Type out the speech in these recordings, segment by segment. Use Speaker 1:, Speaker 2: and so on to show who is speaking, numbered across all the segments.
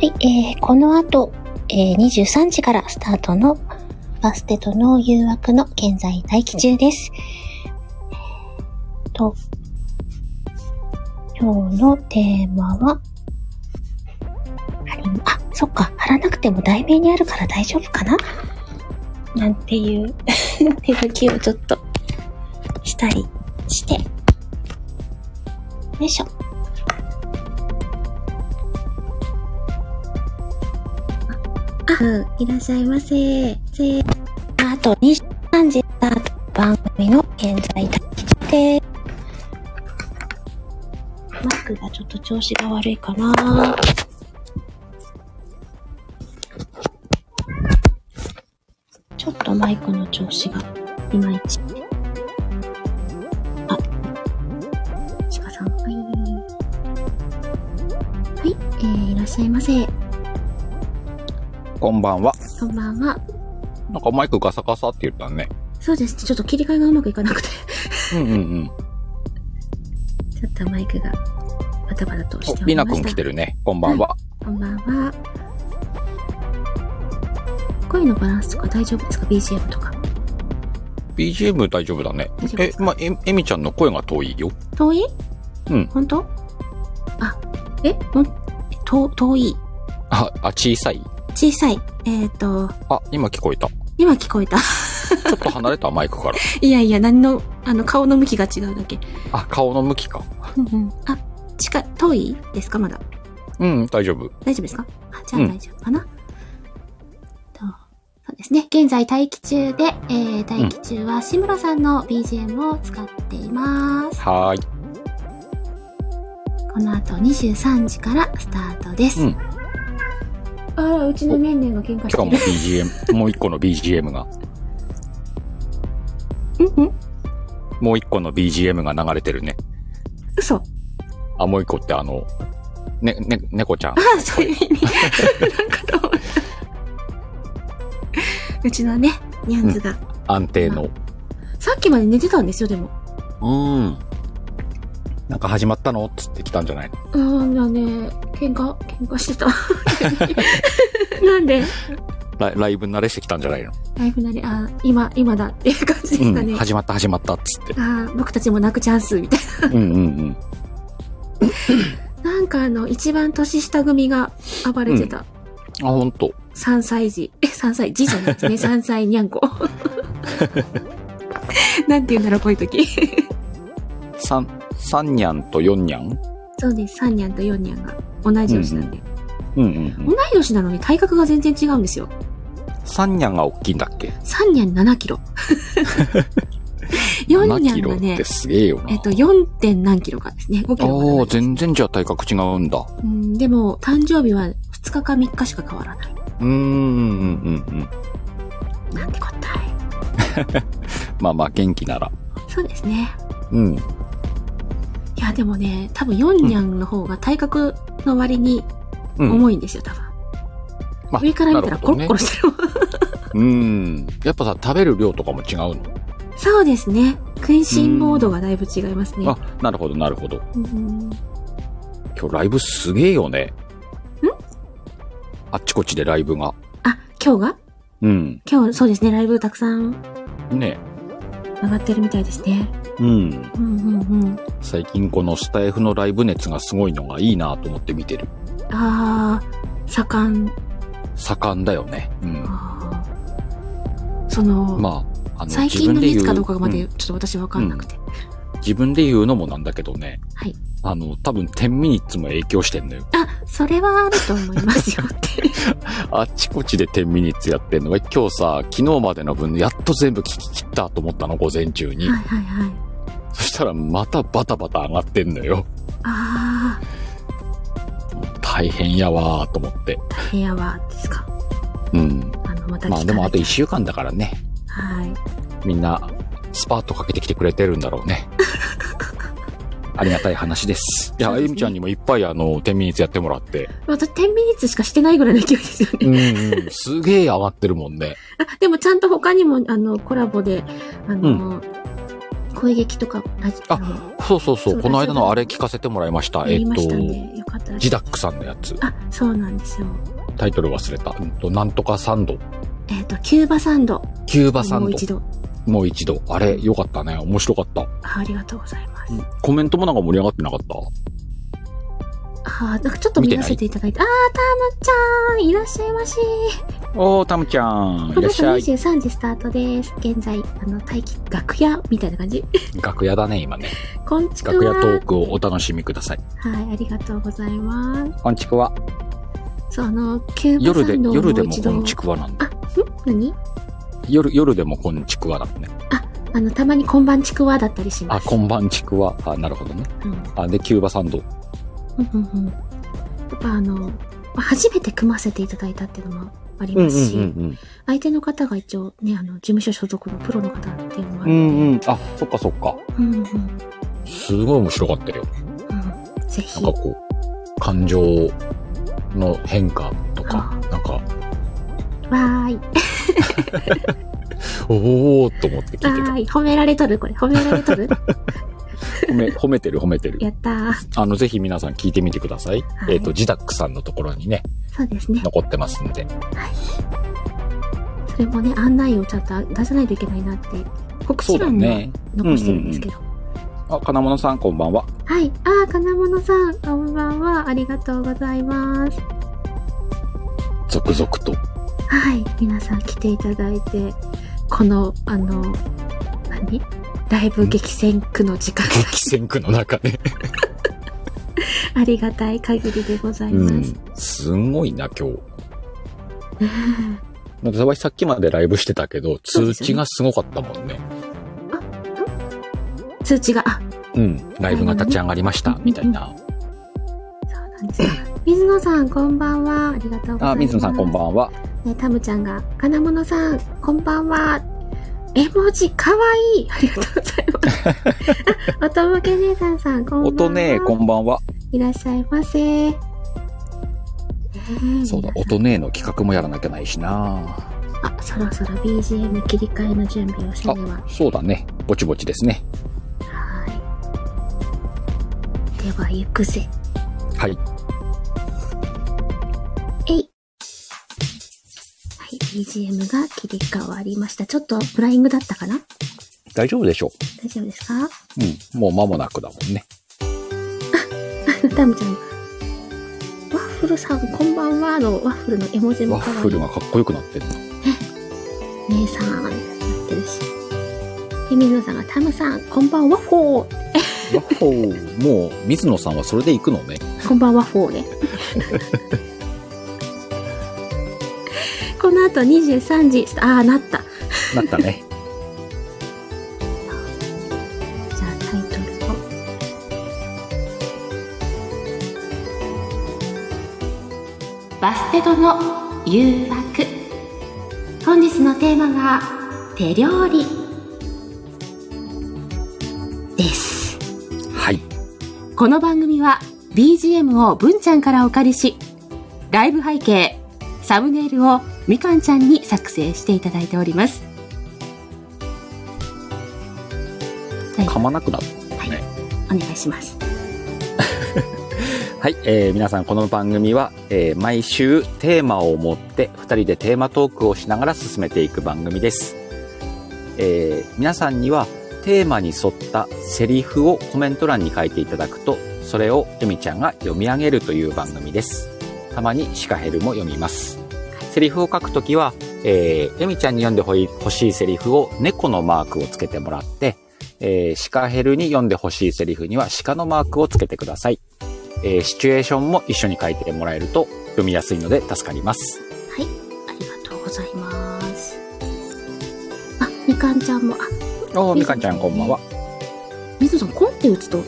Speaker 1: えーこの後、えー23時からスタートのバステとの誘惑の現在待機中です。と、今日のテーマは、貼りあ、そっか、貼らなくても題名にあるから大丈夫かななんていう 手書きをちょっとしたりして。よいしょ。あ、うん、いらっしゃいませ。せあと23時スタート番組の現在待機中です。マイクがちょっと調子が悪いかな。ちょっとマイクの調子がいまいち。あ、鹿さん、はい。はい、えー、いらっしゃいませ。
Speaker 2: こんばんは。
Speaker 1: こんばんは。
Speaker 2: なんかマイクガサガサって言ったね。
Speaker 1: そうです。ちょっと切り替えがうまくいかなくて。
Speaker 2: うんうんうん。
Speaker 1: ちょっとマイクがバタバタとして
Speaker 2: お、
Speaker 1: おり
Speaker 2: り
Speaker 1: ま
Speaker 2: な
Speaker 1: した。
Speaker 2: くん来てるね。こんばんは。
Speaker 1: こんばんは。声のバランスとか大丈夫ですか ?BGM とか。
Speaker 2: BGM 大丈夫だね
Speaker 1: 大丈夫で
Speaker 2: え
Speaker 1: す、
Speaker 2: まあ、え、えみちゃんの声が遠いよ。
Speaker 1: 遠い
Speaker 2: うん。
Speaker 1: 本当あ、えほん遠、遠い。
Speaker 2: あ、あ、小さい。
Speaker 1: 小さい。えっ、ー、と、
Speaker 2: あ、今聞こえた。ち
Speaker 1: 今聞こえた。
Speaker 2: ょっと離れたマイクから。
Speaker 1: いやいや、何の、あの、顔の向きが違うだ け。
Speaker 2: あ、顔の向きか。
Speaker 1: うんうん。あ、近い、遠いですかまだ。
Speaker 2: うん、大丈夫。
Speaker 1: 大丈夫ですかあ、じゃあ
Speaker 2: うん
Speaker 1: 大丈夫かな、とそうですね。現在待機中で、えー、待機中は志村さんの BGM を使っています。
Speaker 2: はーい。
Speaker 1: この後23時からスタートです。
Speaker 2: うん
Speaker 1: あら、うちのねんねんが喧嘩
Speaker 2: しか
Speaker 1: し
Speaker 2: も
Speaker 1: て
Speaker 2: BGM、もう一個の BGM が、
Speaker 1: る。うんうん
Speaker 2: もう一個の BGM が流れてるね。
Speaker 1: 嘘。
Speaker 2: あ、もう一個ってあの、ね、ね、猫ちゃん。
Speaker 1: あ、そういう 意味。なんかと思ったうちのね、ニャンズが、
Speaker 2: 安定の。
Speaker 1: さっきまで寝てたんですよ、でも。
Speaker 2: うん。なんか始まったのつって来たんじゃないの
Speaker 1: あーだね、喧嘩、喧嘩 してた。なんで
Speaker 2: ライライブ慣れしてきたんじゃないの
Speaker 1: ライブなり、あー今、今だっていう感じでした
Speaker 2: うん、
Speaker 1: ね。
Speaker 2: 始まった始まったっつって。
Speaker 1: あー僕たちも泣くチャンスみたい
Speaker 2: うんうんうん。
Speaker 1: な。 なんかあの、一番年下組が暴れてた。
Speaker 2: あ、ほんと。
Speaker 1: 3歳児。え、3歳児じゃないですね。3歳 にゃんこ。なんて言うんだろう、こういう時。
Speaker 2: 三、三にゃんと四にゃん
Speaker 1: そうです。3にゃんと4にゃんが同じ年なんで。
Speaker 2: うんうんう
Speaker 1: 同
Speaker 2: ん。
Speaker 1: い年なのに体格が全然違うんですよ。
Speaker 2: 三にゃんが大きいんだっけ
Speaker 1: 3にゃん7キロ。4
Speaker 2: ?7
Speaker 1: にゃん
Speaker 2: キロ
Speaker 1: が
Speaker 2: っ
Speaker 1: ね
Speaker 2: て、すげえよな。
Speaker 1: えっと、4. 点何キロかですね。5キロか
Speaker 2: お
Speaker 1: な
Speaker 2: ー、全然じゃあ体格違うんだ。
Speaker 1: うん。でも、誕生日は2日か3日しか変わらない。
Speaker 2: うーん、うん、うん、うん。
Speaker 1: なんてこったい。
Speaker 2: まあまあ元気なら。
Speaker 1: そうですね。
Speaker 2: うん。
Speaker 1: いや、でもね、多分ヨンニャンの方が体格の割に
Speaker 2: うん。
Speaker 1: 重いんですよ、多分。
Speaker 2: まあ
Speaker 1: 上から見たら
Speaker 2: なる
Speaker 1: コ
Speaker 2: ほ
Speaker 1: ロ
Speaker 2: ど
Speaker 1: ッ
Speaker 2: ね
Speaker 1: コロしてるもん。
Speaker 2: うん。やっぱさ、食べる量とかも違うの
Speaker 1: そうですね。食いしん坊度がだいぶ違いますね
Speaker 2: あ。、なるほど、なるほど。
Speaker 1: うん
Speaker 2: 今日ライブすげえよね。
Speaker 1: ん
Speaker 2: あっちこっちでライブが。
Speaker 1: あ、今日が
Speaker 2: うん。
Speaker 1: 今日、そうですね、ライブたくさん
Speaker 2: ね
Speaker 1: 上がってるみたいですね。
Speaker 2: うん。
Speaker 1: うんうんうん。
Speaker 2: 最近このスタイフのライブ熱がすごいのがいいなと思って見てる。
Speaker 1: あー、盛ん。
Speaker 2: 盛んだよね。うん。
Speaker 1: あーその、
Speaker 2: まあ、あの、
Speaker 1: 最近の
Speaker 2: 自分で言
Speaker 1: 率
Speaker 2: う
Speaker 1: かどうかまで、
Speaker 2: うん
Speaker 1: ちょっと私わかんなくて。
Speaker 2: 自分で言うのもなんだけどね。
Speaker 1: はい。
Speaker 2: あの、多分10ミニッツも影響してんのよ。
Speaker 1: あ、それはあると思いますよ って。
Speaker 2: あっちこっちで10ミニッツやってんのが、今日さ、昨日までの分、やっと全部聞き切ったと思ったの、午前中に。
Speaker 1: はいはいはい。
Speaker 2: そしたらまたバタバタ上がってんのよ。
Speaker 1: あ
Speaker 2: 大変やわーと思って。
Speaker 1: ー、大変やわ、ですか。
Speaker 2: うん。
Speaker 1: あの、また聞
Speaker 2: ま
Speaker 1: かな
Speaker 2: あで
Speaker 1: きゃ
Speaker 2: もあと1週間だからね。
Speaker 1: はい。
Speaker 2: みんな、スパートかけてきてくれてるんだろ うね。ありがたい話です。いや、
Speaker 1: そう
Speaker 2: あ
Speaker 1: ですね
Speaker 2: ゆみちゃんにもいっぱいあの、10ミニッツやってもらって。
Speaker 1: 私10ミニッツしかしてないぐらいの勢いですよね。
Speaker 2: うん、うん、すげえ余ってるもんね。
Speaker 1: あ、でもちゃんと他にも、あの、コラボで、あの、声劇とか、ラジ
Speaker 2: あ
Speaker 1: の
Speaker 2: そうそうそう、
Speaker 1: そう
Speaker 2: この間
Speaker 1: ラジオ
Speaker 2: の
Speaker 1: だ
Speaker 2: あれ聞かせてもらいました。
Speaker 1: や
Speaker 2: え
Speaker 1: り
Speaker 2: っ
Speaker 1: ま
Speaker 2: と
Speaker 1: し、たんで、よかったら。
Speaker 2: ジダックさんのやつ。
Speaker 1: あ、そうなんですよ。
Speaker 2: タイトル忘れた。うんと、なんとかサンド。
Speaker 1: えっ、と、キューバサンド。
Speaker 2: キューバサンド。
Speaker 1: もう一度。
Speaker 2: もう一度。あれ、よかったね。面白かった。
Speaker 1: あありがとうございます。
Speaker 2: コメントもなんか盛り上がってなかった。
Speaker 1: ああ、なんかちょっと見させていただいて。ああー、たまちゃんいらっしゃいまし。
Speaker 2: おー、タムちゃ ん。
Speaker 1: こ
Speaker 2: い
Speaker 1: の
Speaker 2: ら
Speaker 1: 後
Speaker 2: っしゃい。
Speaker 1: 23時スタートです。現在、あの、待機、楽屋みたいな感じ。
Speaker 2: 楽屋だね、今ね。
Speaker 1: こんちく
Speaker 2: 楽
Speaker 1: わ
Speaker 2: 屋トークをお楽しみください。
Speaker 1: はい、ありがとうございます。
Speaker 2: こんちくわ。
Speaker 1: そう、あの、キューバ
Speaker 2: 夜
Speaker 1: サ
Speaker 2: で、
Speaker 1: ンドを
Speaker 2: 夜で
Speaker 1: う
Speaker 2: も
Speaker 1: 一
Speaker 2: こ
Speaker 1: 度。
Speaker 2: んちくわなんだ。
Speaker 1: あ、ん何
Speaker 2: 夜、夜でもこんちくわだね。
Speaker 1: あの、たまにこんばんちくわだったりしま
Speaker 2: あ、
Speaker 1: す。
Speaker 2: こんばんちくわ。あ、なるほどね。
Speaker 1: うんうん
Speaker 2: あ、で、キューバサンド。
Speaker 1: うんうん。やっぱあの、初めて組ませていただいたっていうのもありますし、
Speaker 2: ん。
Speaker 1: 相手の方が一応ね、あの、事務所所属のプロの方っていうのもあるの
Speaker 2: う
Speaker 1: で、
Speaker 2: んうん。あ、そっかそっか。
Speaker 1: うんうんうん
Speaker 2: すごい面白かったよ。
Speaker 1: ぜ
Speaker 2: な
Speaker 1: ひ
Speaker 2: んか。こう、感情の変化とか、なんか、
Speaker 1: わーい。
Speaker 2: おーっと思って聞
Speaker 1: わ
Speaker 2: いて
Speaker 1: ーい。褒められとるこれ。褒められとる
Speaker 2: た。褒め、褒めてる褒めてる。
Speaker 1: やったー。
Speaker 2: あの、ぜひ皆さん聞いてみてください。
Speaker 1: はい
Speaker 2: えっ、と、ジダックさんのところにね、
Speaker 1: そうですね。
Speaker 2: 残ってますんで。
Speaker 1: それもね、案内をちゃんと出さないといけないなって、告知欄には。残してるんですけど。
Speaker 2: あ、金物さんこんばんは。
Speaker 1: はい。あー、金物さん、こんばんは。ありがとうございます。
Speaker 2: 続々と。
Speaker 1: はい。皆さん来ていただいて、この、あの、何ライブ激戦区の時間
Speaker 2: 激戦区の中で。
Speaker 1: が ありがたい限りでございま
Speaker 2: う
Speaker 1: す。
Speaker 2: ん。すごいな、今日。なんか、さっきまでライブしてたけど、
Speaker 1: そうで
Speaker 2: 通
Speaker 1: すよね
Speaker 2: 知がすごかったもんね。
Speaker 1: 通知が、あ、
Speaker 2: うん。ライブが立ち上がりました、みたいな。
Speaker 1: そうなんですよ。水野さん、こんばんは。ありがとうございます。
Speaker 2: あ、水野さんこんばんは。
Speaker 1: ね、タムちゃんが、金物さん、こんばんは。絵文字、かわいい。ありがとうございます。あ、おとぼけ姉さんさん、こんばんは。
Speaker 2: 音ねえ、こんばんは。
Speaker 1: いらっしゃいませ。ねえ
Speaker 2: そうだ、
Speaker 1: 皆さん
Speaker 2: 音ねえの企画もやらなきゃないしな。
Speaker 1: あ、そろそろ BGM 切り替えの準備をせねば。は
Speaker 2: そうだね。ぼちぼちですね。
Speaker 1: い。では、行くぜ。
Speaker 2: はい。
Speaker 1: えい。はい、BGM が切り替わりました。ちょっとフライングだったかな
Speaker 2: 大丈夫でしょ
Speaker 1: 大丈夫ですか
Speaker 2: う。うん。もう間もなくだもんね。
Speaker 1: ダムちゃん。ワッフルさん、こんばんはのワッフルの絵文字も
Speaker 2: ワ
Speaker 1: 可
Speaker 2: ッ
Speaker 1: 愛
Speaker 2: フル
Speaker 1: い。
Speaker 2: がかっこよくなってるな。
Speaker 1: 姉さん、やってるし。で、水野さんがタムさん、こんばんはフォー。
Speaker 2: ワッフル、もう、水野さんはそれで行くのね。
Speaker 1: こんばんはフォーね。この後23時、ああ、なった。
Speaker 2: なったね。
Speaker 1: じゃあタイトルを。バステドの誘惑。本日のテーマは手料理です。
Speaker 2: はい。
Speaker 1: この番組は BGM を文ちゃんからお借りし、ライブ背景、サムネイルをみかんちゃんに作成していただいております。はい、
Speaker 2: 噛まなくなった。
Speaker 1: お願いします。
Speaker 2: はい、えー皆さんこの番組は、えー毎週テーマを持って2人でテーマトークをしながら進めていく番組です、えー皆さんにはテーマに沿ったセリフをコメント欄に書いていただくとそれをエミちゃんが読み上げるという番組ですたまにシカヘルも読みますセリフを書くときは、えー、エミちゃんに読んでほい欲しいセリフを猫のマークをつけてもらって、えーシカヘルに読んでほしいセリフには鹿のマークをつけてくださいえーシチュエーションも一緒に書いてもらえると読みやすいので助かります。
Speaker 1: はい、ありがとうございます。あ、みかんちゃんも、あ、
Speaker 2: おー、みかんちゃんこんばんは。。
Speaker 1: 水野さん、こんって打つと、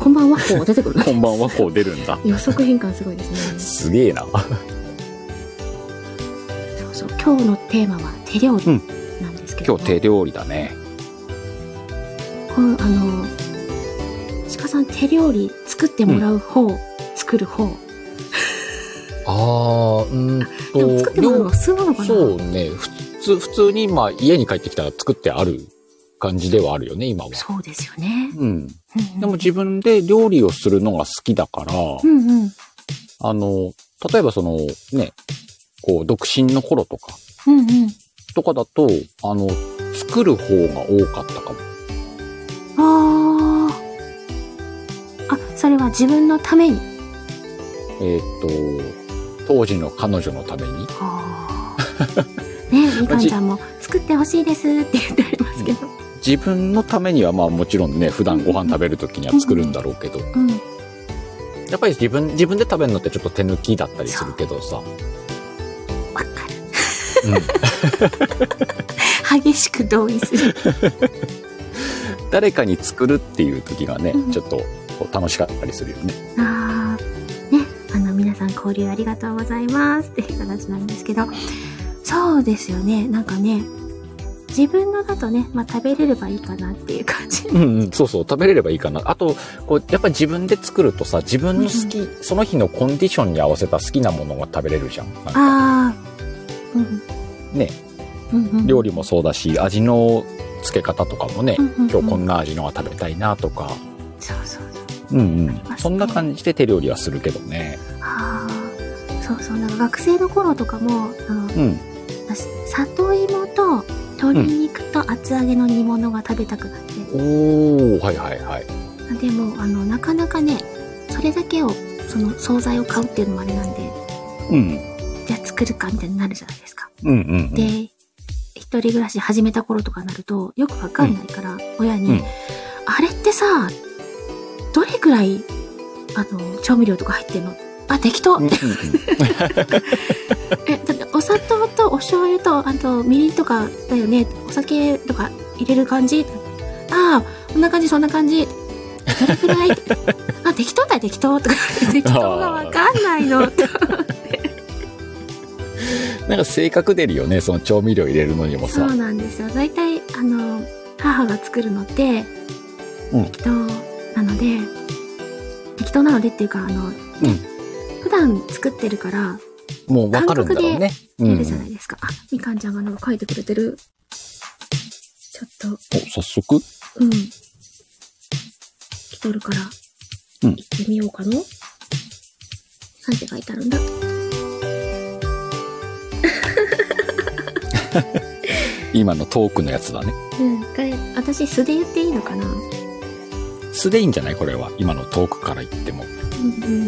Speaker 1: こんばんは、こう出てくる
Speaker 2: は、 こう出るんだ
Speaker 1: 予測変換すごいですね。
Speaker 2: すげえな。
Speaker 1: そうそう、今日のテーマは手料
Speaker 2: う
Speaker 1: 理
Speaker 2: ん
Speaker 1: なんですけど、
Speaker 2: 今日手料理だね。
Speaker 1: このあの、鹿さん手料理作ってもらう方、作る方。あ
Speaker 2: あー、うん
Speaker 1: でも作ってもらうのが普通なのかな
Speaker 2: そうね。普通、普通に、まあ、家に帰ってきたら作ってある感じではあるよね、今は。
Speaker 1: そうですよね。
Speaker 2: うん。で
Speaker 1: うんうん
Speaker 2: も自分で料理をするのが好きだから、
Speaker 1: うんうん。
Speaker 2: あの、例えばその、ね、こう、独身の頃とか、
Speaker 1: うんうん。
Speaker 2: とかだと、あの、作る方が多かったかも。
Speaker 1: ああ。あ、それは自分のため に。
Speaker 2: えーっと、当時の彼女のために。
Speaker 1: あーねみかんちゃんも「作ってほしいです」って言ってありますけど、
Speaker 2: 自分のためにはまあもちろんね、普段ご飯食べる時には作るんだろうけど、
Speaker 1: うん、
Speaker 2: やっぱり自分、自分で食べるのってちょっと手抜きだったりするけどさ。
Speaker 1: わかる
Speaker 2: うん。
Speaker 1: 激しく同意する
Speaker 2: 誰かに作るっていう時がね、
Speaker 1: うん
Speaker 2: ちょっとこう楽しかったりするよね。
Speaker 1: あーねあの皆さん交流ありがとうございますっていう形なんですけどそうですよねなんかね自分のだとね、まあ、食べれればいいかなっていう感じ
Speaker 2: うん、うん、そうそう、食べれればいいかな。あと、こう、やっぱ自分で作るとさ、自分の好き、その日のコンディションに合わせた好きなものが食べれるじゃん。なんか
Speaker 1: あーうん
Speaker 2: ね、
Speaker 1: うんうん
Speaker 2: 料理もそうだし、味の付け方とかもね、
Speaker 1: うんうんうん
Speaker 2: 今日こんな味のが食べたいなとか、
Speaker 1: そうそうそう
Speaker 2: うんうん
Speaker 1: りますね
Speaker 2: そんな感じで手料理はするけどね。
Speaker 1: あーそうそうなんか学生の頃とかもあの
Speaker 2: うん。
Speaker 1: 私里芋と鶏肉と厚揚げの煮物が食べたくなって、
Speaker 2: おー、はいはいはい。
Speaker 1: でもあのなかなかねそれだけをその惣菜を買うっていうのもあれなんで
Speaker 2: うん。
Speaker 1: じゃあ作るかみたいになるじゃないですか、
Speaker 2: うんうん、う
Speaker 1: で
Speaker 2: ん。
Speaker 1: 一人暮らし始めた頃とかになるとよくわかんないから、親に、
Speaker 2: うん
Speaker 1: あれってさどれくらいあの調味料とか入ってんのあ適当、
Speaker 2: うんうんうん
Speaker 1: えだってお砂糖とお醤油とあとみりんとかだよねお酒とか入れる感じああこんな感じそんな感じどれくらい あ適当だよ適当と か適当がわかんないの
Speaker 2: なんか性格出るよね、その調味料入れるのにも
Speaker 1: そ
Speaker 2: さ
Speaker 1: う。なんですよ大体あの母が作るのって
Speaker 2: うん
Speaker 1: 適当なので、適当なのでっていうかあの、普段作ってるから
Speaker 2: もうわかるんだろうね。う
Speaker 1: い
Speaker 2: んう
Speaker 1: るじゃなんい。ですか、あみかんちゃんがなんか書いてくれてるちょっと
Speaker 2: お、早速
Speaker 1: うん。来とるから、
Speaker 2: うん
Speaker 1: 行ってみようかの。なんて書いてあるんだ。
Speaker 2: 今のトークのやつだね。
Speaker 1: うん。これ、私素で言っていいのかなう
Speaker 2: 素でいいんじゃないこれは。今のトークから言って
Speaker 1: ん
Speaker 2: も。
Speaker 1: うん。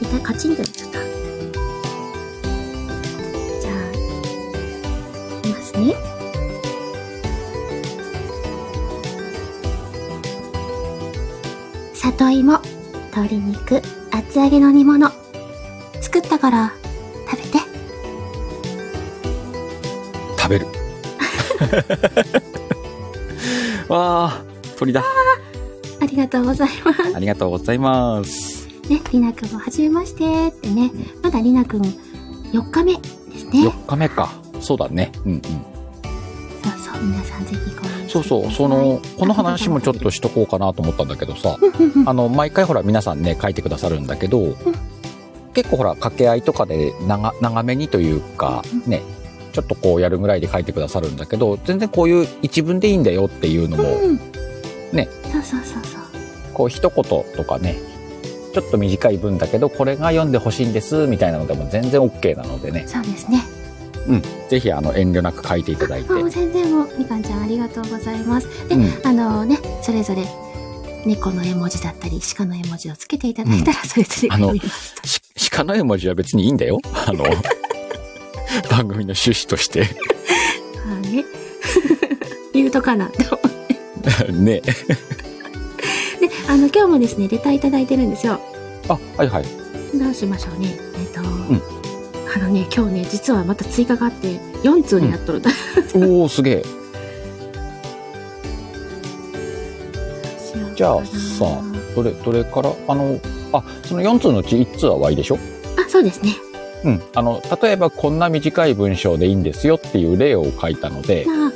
Speaker 1: 一回カチンってなっちゃった。じゃあ、行きますね。里芋、鶏肉、厚揚げの煮物。作ったから、食べて。
Speaker 2: 食べる。 わあ、鳥だ。
Speaker 1: ありがとうございます。
Speaker 2: ありがとうございます。
Speaker 1: ね、りなくんもはじめましてってね、まだりなくん4日目ですね。
Speaker 2: 4日目か。そうだね。うんうん。
Speaker 1: そうそう、皆さんぜひご覧に
Speaker 2: そうそう、その、この話もちょっとしとこうかなと思ったんだけどさ、あの、毎回ほら皆さんね、書いてくださるんだけど、結構ほら、掛け合いとかで長長めにというか、ね、ちょっとこうやるぐらいで書いてくださるんだけど、全然こういう一文でいいんだよっていうのも、
Speaker 1: うん。
Speaker 2: ね。
Speaker 1: そうそうそうそう。
Speaker 2: こう一言とかねちょっと短い文だけどこれが読んでほしいんですみたいなのでも全然 OK なのでね
Speaker 1: そうですね。
Speaker 2: ぜひあの遠慮なく書いていただいて、
Speaker 1: あ、もう全然もう、みかんちゃんありがとうございます。で、
Speaker 2: うん
Speaker 1: あのね、それぞれ、猫の絵文字だったり、鹿の絵文字をつけていただいたら、それぞれ
Speaker 2: あの
Speaker 1: 読みますと。
Speaker 2: し鹿の絵文字は別にいいんだよあ の番組の趣旨として
Speaker 1: あのね。 言うとかな。でも
Speaker 2: ね
Speaker 1: で、あの、今日もですね、レターいただいてるんですよ。
Speaker 2: あはいはい
Speaker 1: どうしましょうね。えっ、と、あのね、今日ね、実はまた追加があって、4通になっとる。ど
Speaker 2: おおすげえ
Speaker 1: うしようかな
Speaker 2: じゃあさどれどれからあのあその4通のうち1通は Y でしょ
Speaker 1: あ、そうですね。
Speaker 2: うんあの例えばこんな短い文章でいいんですよっていう例を書いたので
Speaker 1: じゃあ、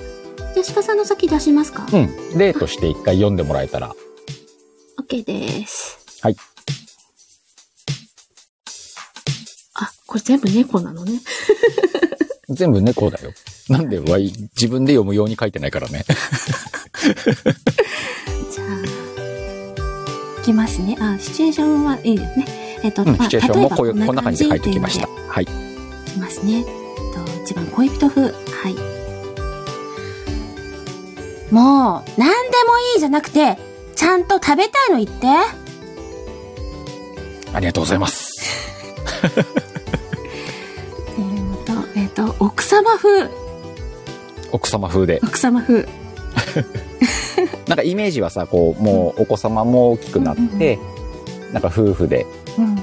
Speaker 1: じゃあ鹿さんの先出しますか、
Speaker 2: う
Speaker 1: オ
Speaker 2: ん例として一回読んでもらえたら
Speaker 1: ッ ?OK です。
Speaker 2: はい。
Speaker 1: あ、これ全部猫なのね。
Speaker 2: 全部猫だよ。なんで Y、自分で読むように書いてないからね。
Speaker 1: じゃあ、いきますね。あ、シチュエーションはいいですね。えっ、と、
Speaker 2: うん、
Speaker 1: まあ
Speaker 2: シチュエーションもこういう、
Speaker 1: 例えば
Speaker 2: こんな感じで書いてきました。
Speaker 1: こんな感じっていうの
Speaker 2: はい。
Speaker 1: でですね。と1番、恋人風。はい。もう、何でもいいじゃなくて、ちゃんと食べたいの言って。
Speaker 2: ありがとうございます。
Speaker 1: えー、また、えっ、と、奥様風。
Speaker 2: 奥様風で。
Speaker 1: 奥様風。
Speaker 2: なんかイメージはさ、こう、もうお子様も大きくなって、なんか夫婦で
Speaker 1: うん。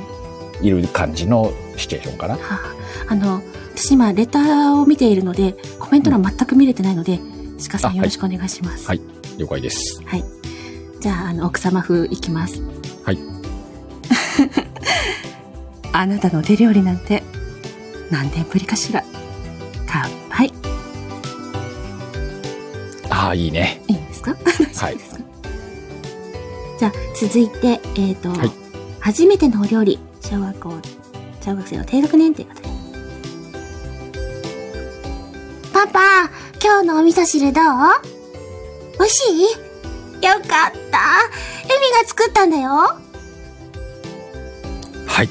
Speaker 2: いる感じのシチュエーションかな。
Speaker 1: はあ、あの、私今、レターを見ているので、コメント欄全く見れてないので、鹿さ
Speaker 2: あは
Speaker 1: ん
Speaker 2: い
Speaker 1: よろしくお願いします。
Speaker 2: はい了解です。
Speaker 1: じゃあ、あの、奥様風いきます。
Speaker 2: はい。
Speaker 1: あなたの手料理なんて、何年ぶりかしら。乾杯。
Speaker 2: ああ、いいね。
Speaker 1: いいんですか大丈夫ですか、じゃあ、続いて、えっ、と、
Speaker 2: はい
Speaker 1: 初めてのお料理、小学校、小学生の低学年という方で。パパ、今日のお味噌汁どう美味しいよかった。エミが作ったんだよ。
Speaker 2: はい。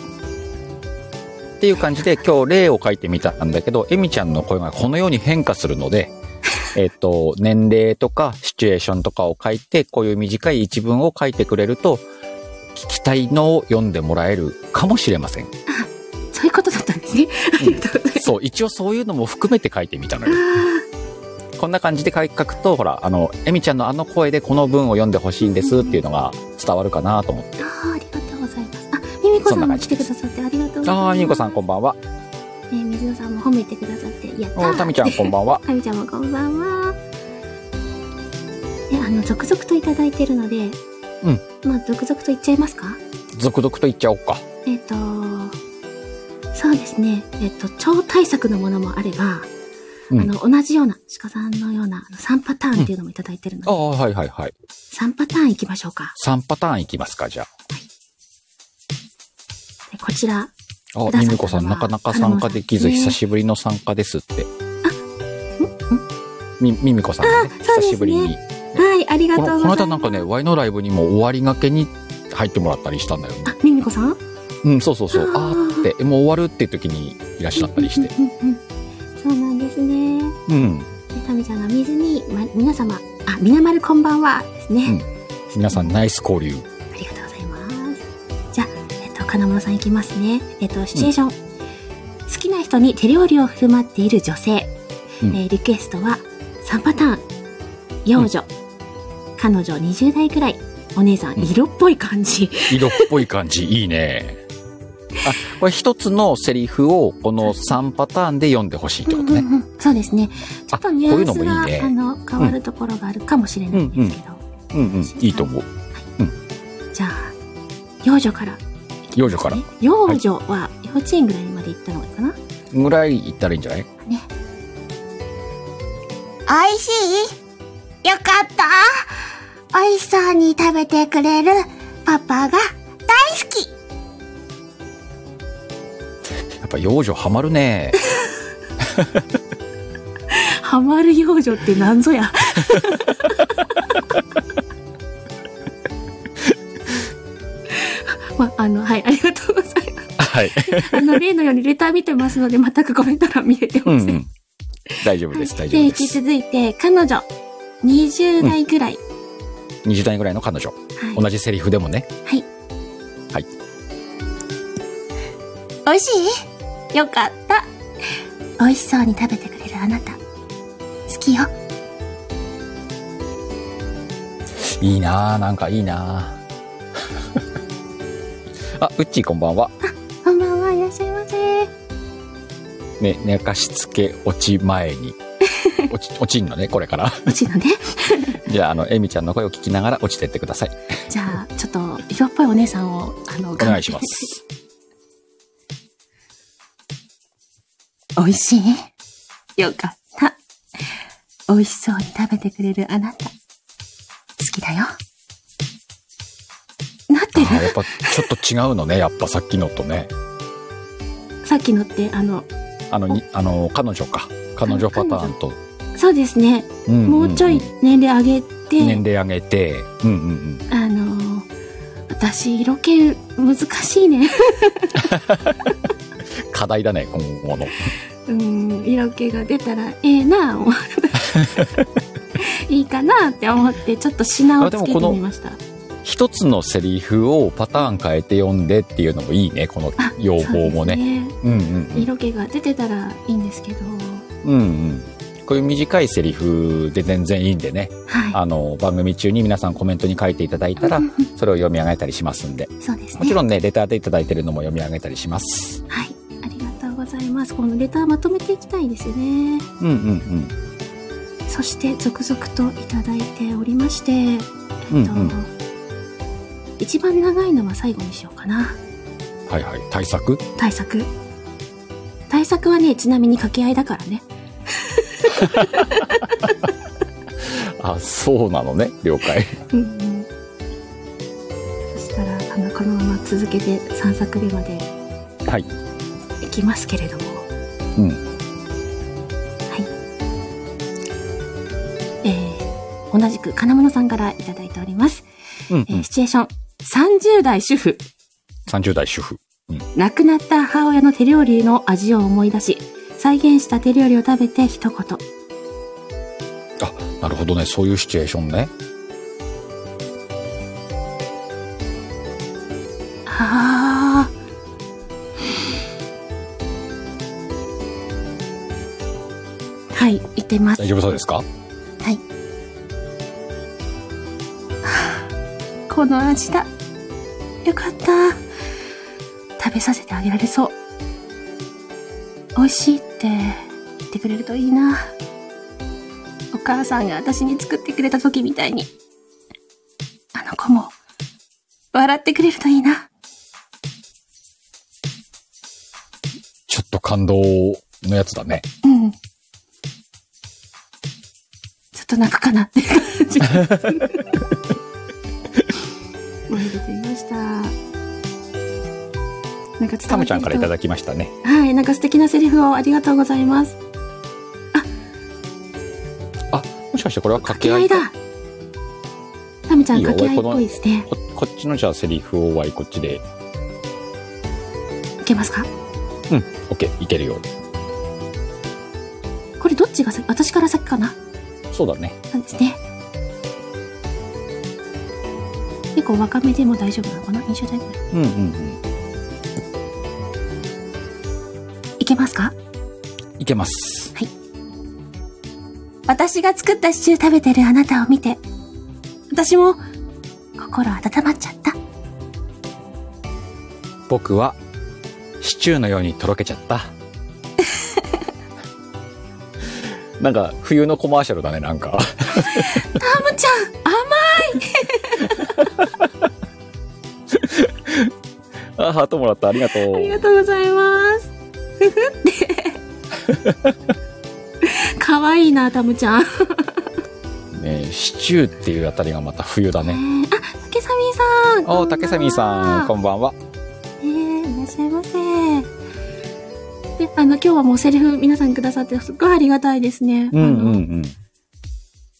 Speaker 2: っていう感じで今日例を書いてみたんだけど、エミちゃんの声がこのように変化するの で、えっと、年齢とかシチュエーションとかを書いて、こういう短い一文を書いてくれると、聞きたいのを読んでもらえるかもしれま せん。
Speaker 1: そういうことだったんですね。ありがとうございます。
Speaker 2: そう、一応そういうのも含めて書いてみ たのよ。こんな感じで書くと、ほら、あの、エミちゃんのあの声でこの文を読んでほしいんですっていうのが伝わるかなと思って。
Speaker 1: あーありがとうございます。あ、ミミコさんも来てくださってありがとうございます。
Speaker 2: ああ、みーこさんこんばんは。
Speaker 1: えー水野さんも褒めてくださって、やった
Speaker 2: お
Speaker 1: ー
Speaker 2: たみちゃんこんばんは。
Speaker 1: かみちゃんもこんばんは。え、あの、続々といただいてるので、
Speaker 2: うん。
Speaker 1: まあ、続々といっちゃいますか
Speaker 2: 続々と言っちゃおうか。
Speaker 1: えっ、と、そうですね。えっ、と、超対策のものもあれば、
Speaker 2: うん
Speaker 1: あの、同じような、鹿さんのような、あの、3パターンっていうのもいただいてるので、
Speaker 2: ああ、はいはいはい。
Speaker 1: 3パターンいきましょうか。
Speaker 2: 3パターンいきますか、じゃ
Speaker 1: でこちら、
Speaker 2: あ。あ
Speaker 1: くださったのは、
Speaker 2: みみこさん、なかなか参加できず、
Speaker 1: あの
Speaker 2: 久しぶりの参加ですって。
Speaker 1: んん
Speaker 2: み、みみこさんがね、
Speaker 1: あそうですね
Speaker 2: 久しぶりに。
Speaker 1: はい、ありが
Speaker 2: こと
Speaker 1: うございま
Speaker 2: の、この
Speaker 1: す。
Speaker 2: 間なんかね、ワイのライブにも終わりがけに入ってもらったりしたんだよね。
Speaker 1: あ、ミミコさん
Speaker 2: うん、そうそうそう。あ
Speaker 1: あー
Speaker 2: ーって、えもう終わるって時にいらっしゃったりして。
Speaker 1: うんうんうんうんそうなんですね。
Speaker 2: うん。
Speaker 1: でタミちゃんが水に、ま、皆様、あ、みなまるこんばんはですね。
Speaker 2: 皆さん、ナイス交流。
Speaker 1: ありがとうございます。じゃあ、えっと、金物さんいきますね。えっと、シチュエーション。好きな人に手料理を振る舞っている女性。
Speaker 2: うん
Speaker 1: えーリクエストは3パターン。幼女。彼女20代くらい。お姉さん、
Speaker 2: うん
Speaker 1: 色っぽい感じ。
Speaker 2: 色っぽい感じ、いいね。あ、これ一つのセリフをこの3パターンで読んでほしいってこと
Speaker 1: うん
Speaker 2: ね。
Speaker 1: うんうんそうですね。ちょっと
Speaker 2: あ
Speaker 1: ニュアン
Speaker 2: こ
Speaker 1: ス
Speaker 2: ういうの
Speaker 1: が、
Speaker 2: もいいね
Speaker 1: あの、変わるところがあるかもしれないんですけど。
Speaker 2: うんうん、いいと思う。
Speaker 1: じゃあ、幼女から。
Speaker 2: 幼女から。
Speaker 1: 幼女は幼稚園ぐらいまで行ったのかな、
Speaker 2: ぐらい行ったらいいんじゃない
Speaker 1: ね。
Speaker 3: おいしいよかったおいしそうに食べてくれるパパが大好き
Speaker 2: やっぱ幼女ハマるね。
Speaker 1: ハマる幼女ってなんぞ や。ま、あの、はい、ありがとうございま
Speaker 2: はい。
Speaker 1: す。あの、例のようにレター見てますので、全くコメント欄見れて
Speaker 2: うん
Speaker 1: ま
Speaker 2: う
Speaker 1: せん。
Speaker 2: ん。大丈夫です、
Speaker 1: はい
Speaker 2: 大丈夫で
Speaker 1: 引き
Speaker 2: す。
Speaker 1: 続いて、彼女、20代ぐらい。
Speaker 2: 20代ぐらいの彼女。
Speaker 1: はい。
Speaker 2: 同じセリフでもね。
Speaker 3: おいしいよかった
Speaker 1: 美味しそうに食べてくれるあなた。好きよ。
Speaker 2: いいなぁ、なんかいいなぁ。あ、ウッチー こんばんは。
Speaker 1: こんばんは、いらっしゃいませ。
Speaker 2: ね、寝かしつけ落ち前に。落ち、落ちんのね、これから。
Speaker 1: うちのね。
Speaker 2: じゃあ、あの、エミちゃんの声を聞きながら落ちてってください。
Speaker 1: じゃあ、ちょっと、色っぽいお姉さんを、あの、お
Speaker 2: お願いしま。す。
Speaker 1: 美味しいよかった。美味しそうに食べてくれるあなた。好きだよ。なって
Speaker 2: あ
Speaker 1: る
Speaker 2: ーやっぱちょっと違うのね、やっぱさっきのとね。
Speaker 1: さっきのって、あの、
Speaker 2: あの、にあの、彼女か。彼女パターンと。
Speaker 1: そうですね。
Speaker 2: んんん
Speaker 1: もうちょい年齢上げて、
Speaker 2: 年齢上げて。うんうんうん。
Speaker 1: あの、私、色気難しいね。
Speaker 2: 課題だね、今後の。
Speaker 1: うん、色気が出たらええなぁ思う いいかなって思って、ちょっと品をつけてみました。
Speaker 2: 一つのセリフをパターン変えて読んでっていうのもいいね、この
Speaker 1: あ
Speaker 2: 要望もね。
Speaker 1: ね
Speaker 2: うんうん
Speaker 1: 色気が出てたらいいんですけど、
Speaker 2: うん。うんうん。こういう短いセリフで全然いいんでね、
Speaker 1: は
Speaker 2: あの、番組中に皆さんコメントに書いていただいたら
Speaker 1: うん、
Speaker 2: それを読み上げたりしますんで。
Speaker 1: い。そうですね。
Speaker 2: もちろんね、レターでいただいてるのも読み上げたりします。
Speaker 1: はい。ありがとうございます。このレターまとめていきたいですね。
Speaker 2: うんうん
Speaker 1: そして続々といただいておりまして、えっと、
Speaker 2: うんうん
Speaker 1: 一番長いのは最後にしようかな。
Speaker 2: うん。はいはい。対策
Speaker 1: 対策。対策はね、ちなみに掛け合いだからね。
Speaker 2: あ、そうなのね。了解。
Speaker 1: うんうん。そしたら、あの、このまま続けて3作目まで
Speaker 2: はい。
Speaker 1: いきますけれども。
Speaker 2: うん
Speaker 1: はい。えー、同じく金物さんからいただいております。
Speaker 2: うんう
Speaker 1: えー
Speaker 2: ん。
Speaker 1: シチュエーション。30代主婦。
Speaker 2: 30代主婦。
Speaker 1: 亡くなった母親の手料理の味を思い出し、再現した手料理を食べて一言。
Speaker 2: あ、なるほどね。そういうシチュエーションね。
Speaker 1: ああ。はい、行ってます
Speaker 2: 大。丈夫そうですか
Speaker 1: この味だ。よかった。食べさせてあげられそう。美味しいって言ってくれるといいな。お母さんが私に作ってくれた時みたいに。あの子も、笑ってくれるといいな。
Speaker 2: ちょっと感動のやつだね。
Speaker 1: うん。ちょっと泣くかなって感 じ。もう出ていました。なんか
Speaker 2: タ
Speaker 1: 伝わ
Speaker 2: ム
Speaker 1: っ
Speaker 2: ちゃんからい
Speaker 1: た
Speaker 2: ただきましたね。
Speaker 1: はい、なんか素敵なセリフをありがとうございます。
Speaker 2: もしかしてこれは
Speaker 1: 掛
Speaker 2: 掛け
Speaker 1: け合
Speaker 2: 合
Speaker 1: い
Speaker 2: い
Speaker 1: だ。タムちゃん
Speaker 2: いいよ
Speaker 1: 掛け合いっぽいですね。
Speaker 2: ここっちのじゃあセリフをわいこっちで。
Speaker 1: いけますか
Speaker 2: うん。オッケー。いけるよ。
Speaker 1: これどっちが先私から先かな
Speaker 2: そうだね。
Speaker 1: なんですね。結構若めでも大丈夫なのかな ?20 代ぐらい。
Speaker 2: うんうんうん。
Speaker 1: いけますか
Speaker 2: いけます。
Speaker 1: 私が作ったシチュー食べてるあなたを見て、私も心温まっちゃった。
Speaker 2: 僕は、シチューのようにとろけちゃ った。なんか、冬のコマーシャルだね、なん か。
Speaker 1: タムちゃん甘
Speaker 2: あ、ハートもらった。ありがと
Speaker 1: ありが
Speaker 2: う。
Speaker 1: とうございます。ふ ふって。かわいいな、タムちゃん。ね
Speaker 2: ねえシチューっていうあたりがまた冬だ
Speaker 1: え
Speaker 2: ね。
Speaker 1: ー、あ、竹サミさん。
Speaker 2: おー、竹ミさん、こ
Speaker 1: ん
Speaker 2: んばんは。
Speaker 1: ばんは。ねえいらっしゃいませ。で、あの、今日はもうセリフ皆さんくださって、すっごいありがたいですね。
Speaker 2: うんうん
Speaker 1: あの
Speaker 2: うん。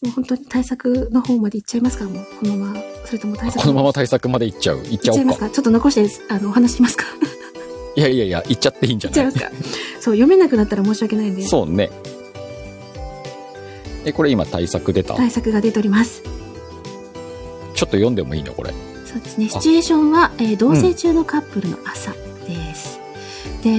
Speaker 1: もう本当に対策の方まで行っちゃいますかもう、このまま。それとも対
Speaker 2: あ
Speaker 1: 策
Speaker 2: このまま対策まで行っちゃう。行
Speaker 1: 行
Speaker 2: っちゃ
Speaker 1: っちゃ
Speaker 2: お
Speaker 1: いうます
Speaker 2: か。
Speaker 1: かちょっと残して、あの、お話ししますか
Speaker 2: いやいやいや、行っちゃっていいんじ
Speaker 1: 行
Speaker 2: ゃ
Speaker 1: っちゃ
Speaker 2: ないい
Speaker 1: ますかそう、読めなくなったら申し訳ないんで。
Speaker 2: そうね。え、これ今対策出た。ちょっ
Speaker 1: 対策が出ております。
Speaker 2: と読んでもいいのこれ。
Speaker 1: そうですね。シチュエーションは、えー同棲中のカップルの朝です。で、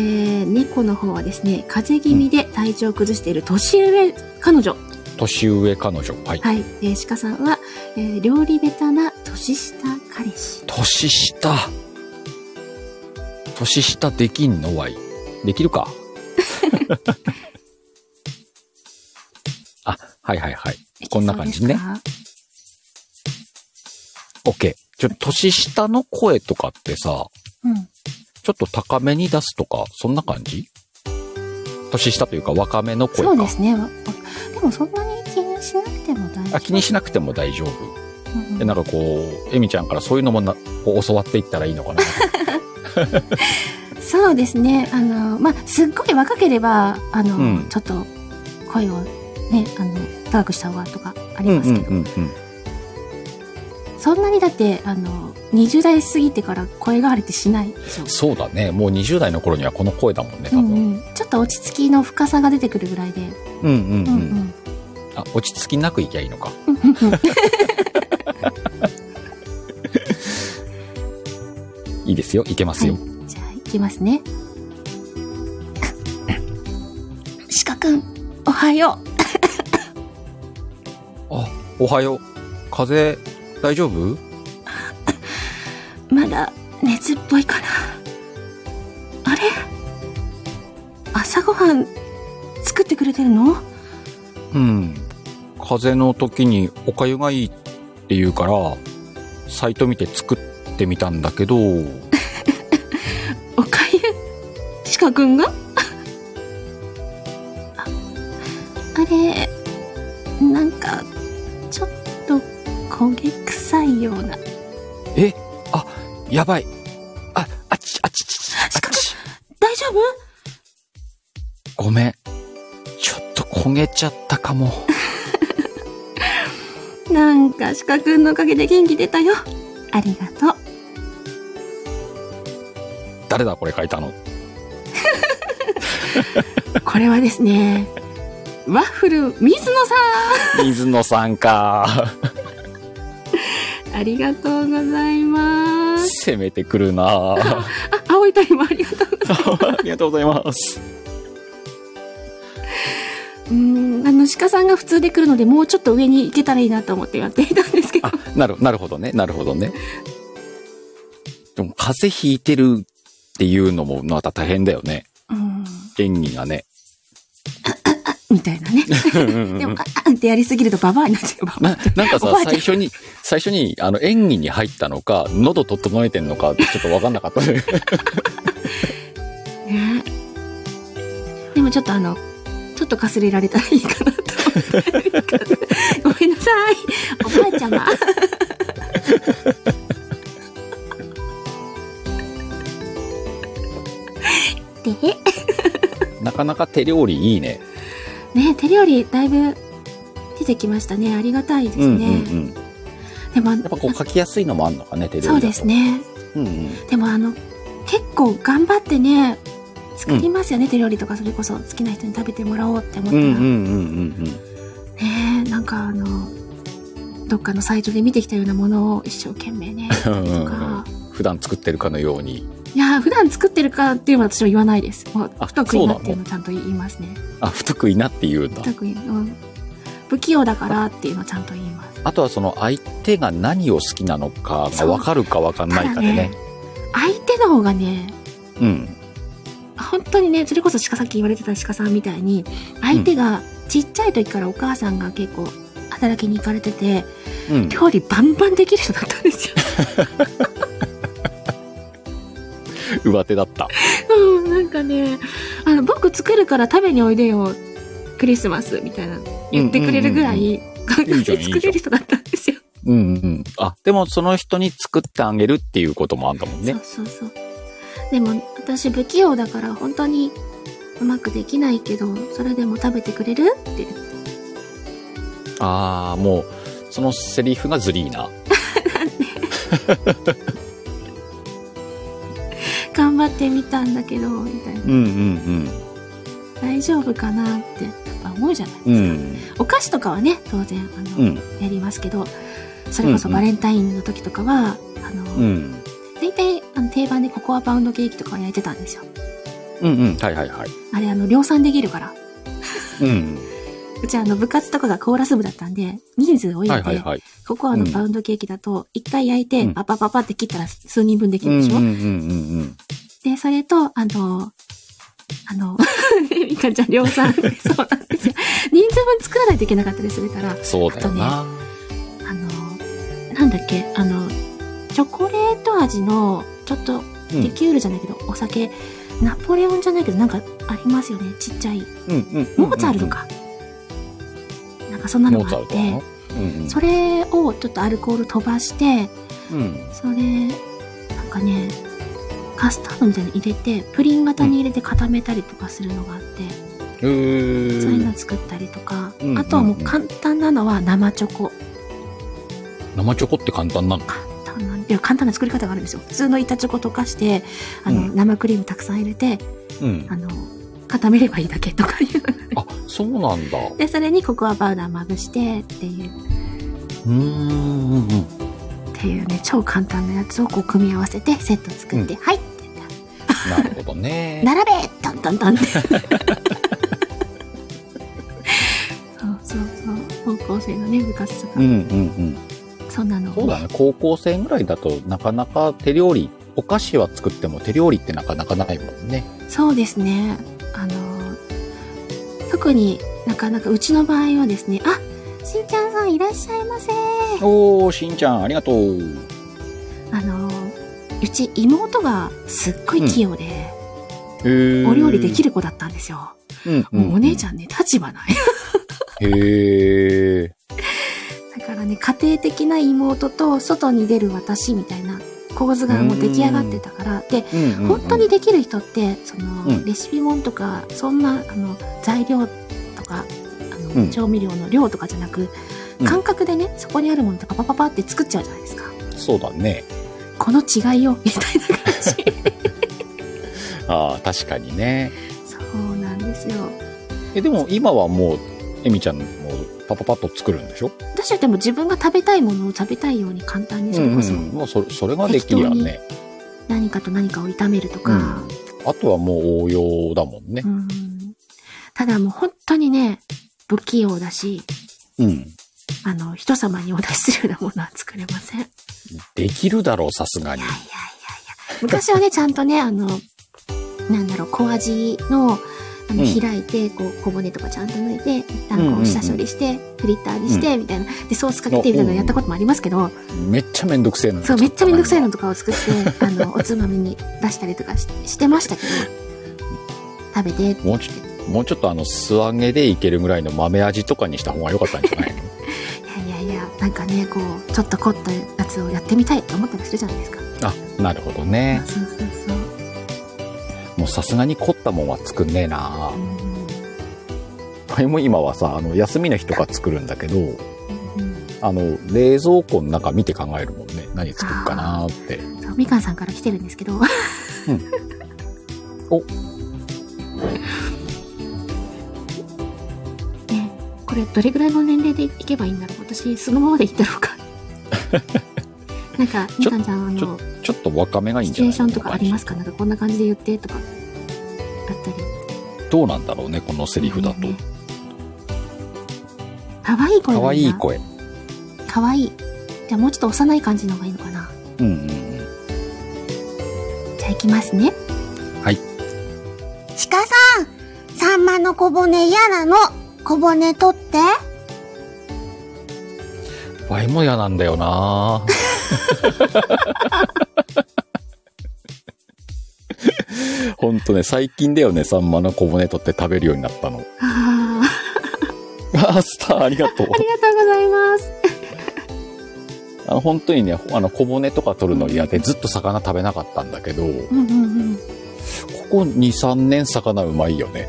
Speaker 1: 猫の方はですね、風邪気味で体調を崩している年上彼女。
Speaker 2: 年上彼女。はい。
Speaker 1: はい。えー、鹿さんは、えー料理ベタな年下彼氏。
Speaker 2: 年下。年下できんのわい。でき るか あ、はいはいはい。こんな感じね
Speaker 1: いけそうですか。
Speaker 2: OK。ちょ、年下の声とかってさ、
Speaker 1: うん。
Speaker 2: ちょっと高めに出すとか、そんな感じ年下というか若めの声か。
Speaker 1: そうですね。わでもそんなに気にしなくても大丈夫。
Speaker 2: あ気にしなくても大丈夫。
Speaker 1: うん
Speaker 2: でなんかこう、エミちゃんからそういうのもなこう教わっていったらいいのかな。
Speaker 1: そうですね。あの、まあ、すっごい若ければ、あの、
Speaker 2: うん
Speaker 1: ちょっと声をね、あの、高くした方がとかありますけど。
Speaker 2: んうん。
Speaker 1: そんなにだって、あの、20代過ぎてから声変わりってしないでしょ。
Speaker 2: そうだね。もう20代の頃にはこの声だもんね、多
Speaker 1: う
Speaker 2: 分。
Speaker 1: んうん、ちょっと落ち着きの深さが出てくるぐらいで、
Speaker 2: うん
Speaker 1: うう
Speaker 2: うんうん。
Speaker 1: んん
Speaker 2: あ、落ち着きなくいきゃいいのか。
Speaker 1: うんうんうん、
Speaker 2: いいですよ。いけますよ。
Speaker 1: じゃあ、いきます ね。鹿くん、おはよう。
Speaker 2: あ、おはよう。風邪、大丈夫
Speaker 1: まだ熱っぽいかな。あれ朝ごはん作ってくれてるの
Speaker 2: うん。風邪の時におかゆがいいって言うから、サイト見て作ってみたんだけど、
Speaker 1: おかゆ鹿くんがああれなんかちょっと焦げ臭いような
Speaker 2: えあ、やばい。あ、あっち、あっち、あっち。
Speaker 1: 大丈夫
Speaker 2: ごめん。ちょっと焦げちゃったかも。
Speaker 1: なんか鹿くんのおかげで元気出たよありがとう
Speaker 2: 誰だこれ書いたの。
Speaker 1: これはですねワッフル水野さ
Speaker 2: 水野さん か。
Speaker 1: んありがとうございます
Speaker 2: 攻めてくるなあ
Speaker 1: あ青い鳥もありがとう
Speaker 2: りがとうございます。
Speaker 1: うーんあの鹿さんが普通で来るのでもうちょっと上に行けたらいいなと思ってやっていたんですけど
Speaker 2: あ、なる、なるほどね。なるほどね。でも風邪ひいてるっていうのもまた大変だよね。
Speaker 1: うん
Speaker 2: 演技がね。
Speaker 1: みたいなねでも、ああんってやりすぎるとババアになっちゃう。ババア
Speaker 2: ななんか
Speaker 1: お
Speaker 2: さ
Speaker 1: ばあ、ちゃん
Speaker 2: 最初に、最初に、あの、演技に入ったのか、喉整えてんのか、ちょっとわかんなかっ たね。
Speaker 1: ねでもちょっとあの、ちょっとかすれられたらいいかなと思って。ごめんなさい。おばあちゃま。 で、
Speaker 2: なかなか手料理いいね。
Speaker 1: ね、手料理だいぶ出てきましたね。ありがたいですね。
Speaker 2: うんうんうん。や
Speaker 1: でもあの、
Speaker 2: っぱこう書きやすいのもあんのかね、手料理だ
Speaker 1: そ
Speaker 2: と
Speaker 1: うです。ね。
Speaker 2: うんうん。
Speaker 1: でもあの結構頑張ってね作りますよね、手料理とかそれこそ好きな人に食べてもらおうって思った
Speaker 2: う
Speaker 1: ら、
Speaker 2: んうんうんうん
Speaker 1: ねえなんかあのどっかのサイトで見てきたようなものを一生懸命ね
Speaker 2: うんう
Speaker 1: と
Speaker 2: んうん
Speaker 1: か。
Speaker 2: 普段作ってるかのように。
Speaker 1: いやー普段作ってるかっていうのは私は言わないですもう
Speaker 2: あ
Speaker 1: 不得意な
Speaker 2: そうなの
Speaker 1: っていうのをちゃんと言いますね
Speaker 2: あ、不得意なって言うんだ
Speaker 1: 不。得意、うん、不器用だからっていうのをちゃんと言います
Speaker 2: あとはその相手が何を好きなのかがわかるかわかんないかでね。
Speaker 1: 相手の方がね
Speaker 2: うん。
Speaker 1: 本当にねそれこそ鹿さっき言われてた鹿さんみたいに相手がちっちゃい時からお母さんが結構働きに行かれてて
Speaker 2: うん。
Speaker 1: 料理バンバンできる人だったんですよ。
Speaker 2: 上手だった。
Speaker 1: うんなんかねあの「僕作るから食べにおいでよクリスマス」みたいな言ってくれるぐら
Speaker 2: うんうんうん
Speaker 1: い簡
Speaker 2: い
Speaker 1: 単
Speaker 2: い
Speaker 1: に
Speaker 2: じゃんいいじゃん
Speaker 1: 作れる人だったんですよ。
Speaker 2: うんうん。あ、でもその人に作ってあげるっていうこともあんだもんね。
Speaker 1: そうそうそうでも私不器用だから本当にうまくできないけどそれでも食べてくれるって言っ
Speaker 2: ああ、もう、そのセリフがずりーな。
Speaker 1: て頑張ってみたんだけどみたいな
Speaker 2: うんうん
Speaker 1: 大丈夫かなってやっぱ思うじゃないですか。
Speaker 2: うん。うん。
Speaker 1: お菓子とかはね当然あの、
Speaker 2: うん。
Speaker 1: やりますけどそれこそバレンタインの時とかは、あの、
Speaker 2: うん。
Speaker 1: 大体あの定番でココアパウンドケーキとかを焼いてたんですよ
Speaker 2: うんうん。はいはいはい。
Speaker 1: あれあの量産できるから
Speaker 2: うん。
Speaker 1: うちあの部活とかがコーラス部だったんで人数多いの
Speaker 2: はい
Speaker 1: で、
Speaker 2: はいはい。
Speaker 1: ココアのパウンドケーキだと一回焼いて、
Speaker 2: うん
Speaker 1: パパパパって切ったら数人分でき
Speaker 2: う
Speaker 1: る
Speaker 2: んう
Speaker 1: で
Speaker 2: ん
Speaker 1: しょ、
Speaker 2: うんうん
Speaker 1: でそれとあのあの みかんちゃん量 産そうなんですよ人数分作らないといけなかったりするから
Speaker 2: うん。そうだよな。
Speaker 1: あのなんだっけあのチョコレート味のちょっと
Speaker 2: うん
Speaker 1: リキュールじゃないけど、お酒ナポレオンじゃないけどなんかありますよねちっちゃい
Speaker 2: うんうんうんうん。
Speaker 1: モーツァルトか、なんかそんなの
Speaker 2: モ
Speaker 1: が
Speaker 2: ーツ
Speaker 1: あ
Speaker 2: ァル
Speaker 1: っ
Speaker 2: トな
Speaker 1: て
Speaker 2: の。うんうん
Speaker 1: それをちょっとアルコール飛ばして
Speaker 2: うん。
Speaker 1: それなんかねカスタードみたいなの入れてプリン型に入れて固めたりとかするのがあって、
Speaker 2: うー
Speaker 1: そういうの作ったりとか、
Speaker 2: うん
Speaker 1: あとはもう簡単なのは生チョコ
Speaker 2: 生チョコって簡単なの
Speaker 1: 簡単ないや簡単な作り方があるんですよ普通の板チョコ溶かしてあの、
Speaker 2: う
Speaker 1: 生クリームたくさん入れて
Speaker 2: うん
Speaker 1: あ。の固めればいいだけとかいう
Speaker 2: あ、そうなんだ。
Speaker 1: でそれにココアパウダーまぶしてっていう
Speaker 2: うーんうんうん。
Speaker 1: っていうね超簡単なやつをこう組み合わせてセット作って、はいって言ったら
Speaker 2: なるほどね。
Speaker 1: 並べダンダンダン ってそうそうそう高校生のね部活とか、
Speaker 2: うんうんうん。
Speaker 1: そんなのを
Speaker 2: そうだね。高校生ぐらいだとなかなか手料理、お菓子は作っても手料理ってなかなかないもんね。
Speaker 1: そうですねあの特になかなかうちの場合はですねあしんちゃんさんいらっしゃいませ
Speaker 2: おー、しんちゃん、ありがとう。
Speaker 1: あのうち妹がすっごい器用で、お料理でき
Speaker 2: る。
Speaker 1: る子だったんですよ、
Speaker 2: うんう
Speaker 1: もうお姉ち
Speaker 2: ゃ
Speaker 1: ゃんね立場ない
Speaker 2: ん。へえ。
Speaker 1: だからね家庭的な妹と外に出る私みたいな構図がもう出来上がってたからで
Speaker 2: うんうんうん
Speaker 1: 本当に。できる人ってその、
Speaker 2: うん
Speaker 1: レシピ本とかそんなあの材料とかあの、
Speaker 2: うん
Speaker 1: 調味料の量とかじゃなく
Speaker 2: うん
Speaker 1: 感覚でね、そこにあるものとかパパパって作っちゃうじゃないですか
Speaker 2: そうだね。
Speaker 1: この違いよみたいな感 じ
Speaker 2: ああ、確かにね。
Speaker 1: そうなんですよ
Speaker 2: え、でも今はもう、えみちゃんもパパパッと作るんでしょ
Speaker 1: 私はでも自分が食べたいものを食べたいように簡単にそれこそ
Speaker 2: んん。もうそれ、それができりゃね。
Speaker 1: 何かと何かを炒めるとか、
Speaker 2: あとはもう応用だもんね
Speaker 1: う。んただもう本当にね不器用だし
Speaker 2: うん。
Speaker 1: あの人様にお出しするようなものは作れません
Speaker 2: できるだろう、さすが
Speaker 1: い
Speaker 2: に
Speaker 1: やい。やいやいや。昔はね、ちゃんとね、あの、なんだろう、小味の、あの、
Speaker 2: うん
Speaker 1: 開いて、こう、小骨とかちゃんと抜いて、一
Speaker 2: うんう
Speaker 1: 旦
Speaker 2: ん
Speaker 1: こ
Speaker 2: うん
Speaker 1: う、下処理して、フリッターにして、みたいな。で、ソースかけて、みたいなのやったこともありますけど、
Speaker 2: めっちゃめんどくせえのに
Speaker 1: そう、めっちゃめんどくさいの
Speaker 2: 作
Speaker 1: とかを作 って、あの、おつまみに出したりとかししてましたけど、食べて、
Speaker 2: たのはもうちょっと、もうちょっとあの、素揚げでいけるぐらいの豆味とかにした方が良かったんじゃ ないの
Speaker 1: いやいやいや、なんかね、こう、ちょっと凝ったやつをやってみたいと思ったりするじゃないですか。
Speaker 2: あ、なるほどね。
Speaker 1: そうそうそう。
Speaker 2: もうさすがに凝ったもんは作んねえ
Speaker 1: う
Speaker 2: な俺も今はさ、あの、休みの日とか作るんだけど、
Speaker 1: んうん
Speaker 2: あの、冷蔵庫の中見て考えるもんね。何作るかなーって。
Speaker 1: そうみかんさんから来てるんですけど、
Speaker 2: お
Speaker 1: ねこれどれぐらいの年齢でいけばいいんだろう私そのままでいったろ うかなんかみかんちゃんあ
Speaker 2: ち
Speaker 1: の
Speaker 2: ちょっと若めがいいん
Speaker 1: シ
Speaker 2: じ
Speaker 1: チ
Speaker 2: ゃ
Speaker 1: ュエー
Speaker 2: ない
Speaker 1: ションとかありますすかなんかこんな感じで言ってとかあったり
Speaker 2: どうなんだろうね、このセリフだと。
Speaker 1: 可愛い声
Speaker 2: 可
Speaker 1: がい
Speaker 2: 愛い
Speaker 1: い
Speaker 2: い
Speaker 1: な
Speaker 2: 声。
Speaker 1: 可愛いじゃあもうちょっと幼い感じの方がいいのかな
Speaker 2: うんうんうん。
Speaker 1: じゃあ行きますね
Speaker 4: 鹿さん、サンマの小骨嫌なの。小骨取って。
Speaker 2: ワイも嫌なんだよなほんとね、最近だよね、サンマの小骨取って食べるようになったの。
Speaker 1: あー
Speaker 2: あ、スターありがとう。
Speaker 1: ありがとうございます
Speaker 2: あの本当にね、あの小骨とか取るの嫌でずっと魚食べなかったんだけど、こ
Speaker 1: うんうんうん
Speaker 2: こ2、3年魚うまいよね。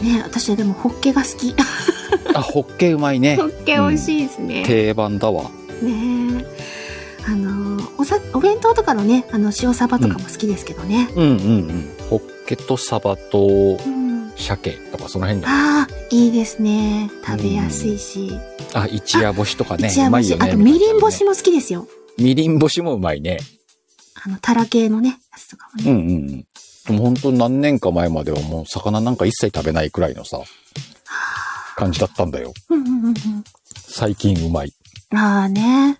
Speaker 1: ね私はでもホッケが好き
Speaker 2: あ、ホッケうまい ね
Speaker 1: ホ。ッケ美味しいですね、
Speaker 2: 定番だわ。
Speaker 1: ねえあのおさお弁当とかのねあの塩サバとかも好きですけどね、
Speaker 2: うんうんうん。ホッケとサバと
Speaker 1: うん
Speaker 2: 鮭とかその辺に。
Speaker 1: ああいいですね食べやすいし、
Speaker 2: あ、一夜干しとかね。
Speaker 1: 一夜
Speaker 2: うま
Speaker 1: 干
Speaker 2: い
Speaker 1: し、
Speaker 2: よね。
Speaker 1: あとみりん干し
Speaker 2: も。
Speaker 1: も好きですよ
Speaker 2: みりん干しもうまいね。
Speaker 1: あのタラ系のねやつとかも
Speaker 2: う
Speaker 1: ね、
Speaker 2: んうんうん。でも本当何年か前まではもう魚なんか一切食べないくらいのさ、感じだったんだよ。
Speaker 1: うん、うんうん
Speaker 2: 最近うまい。
Speaker 1: うんああね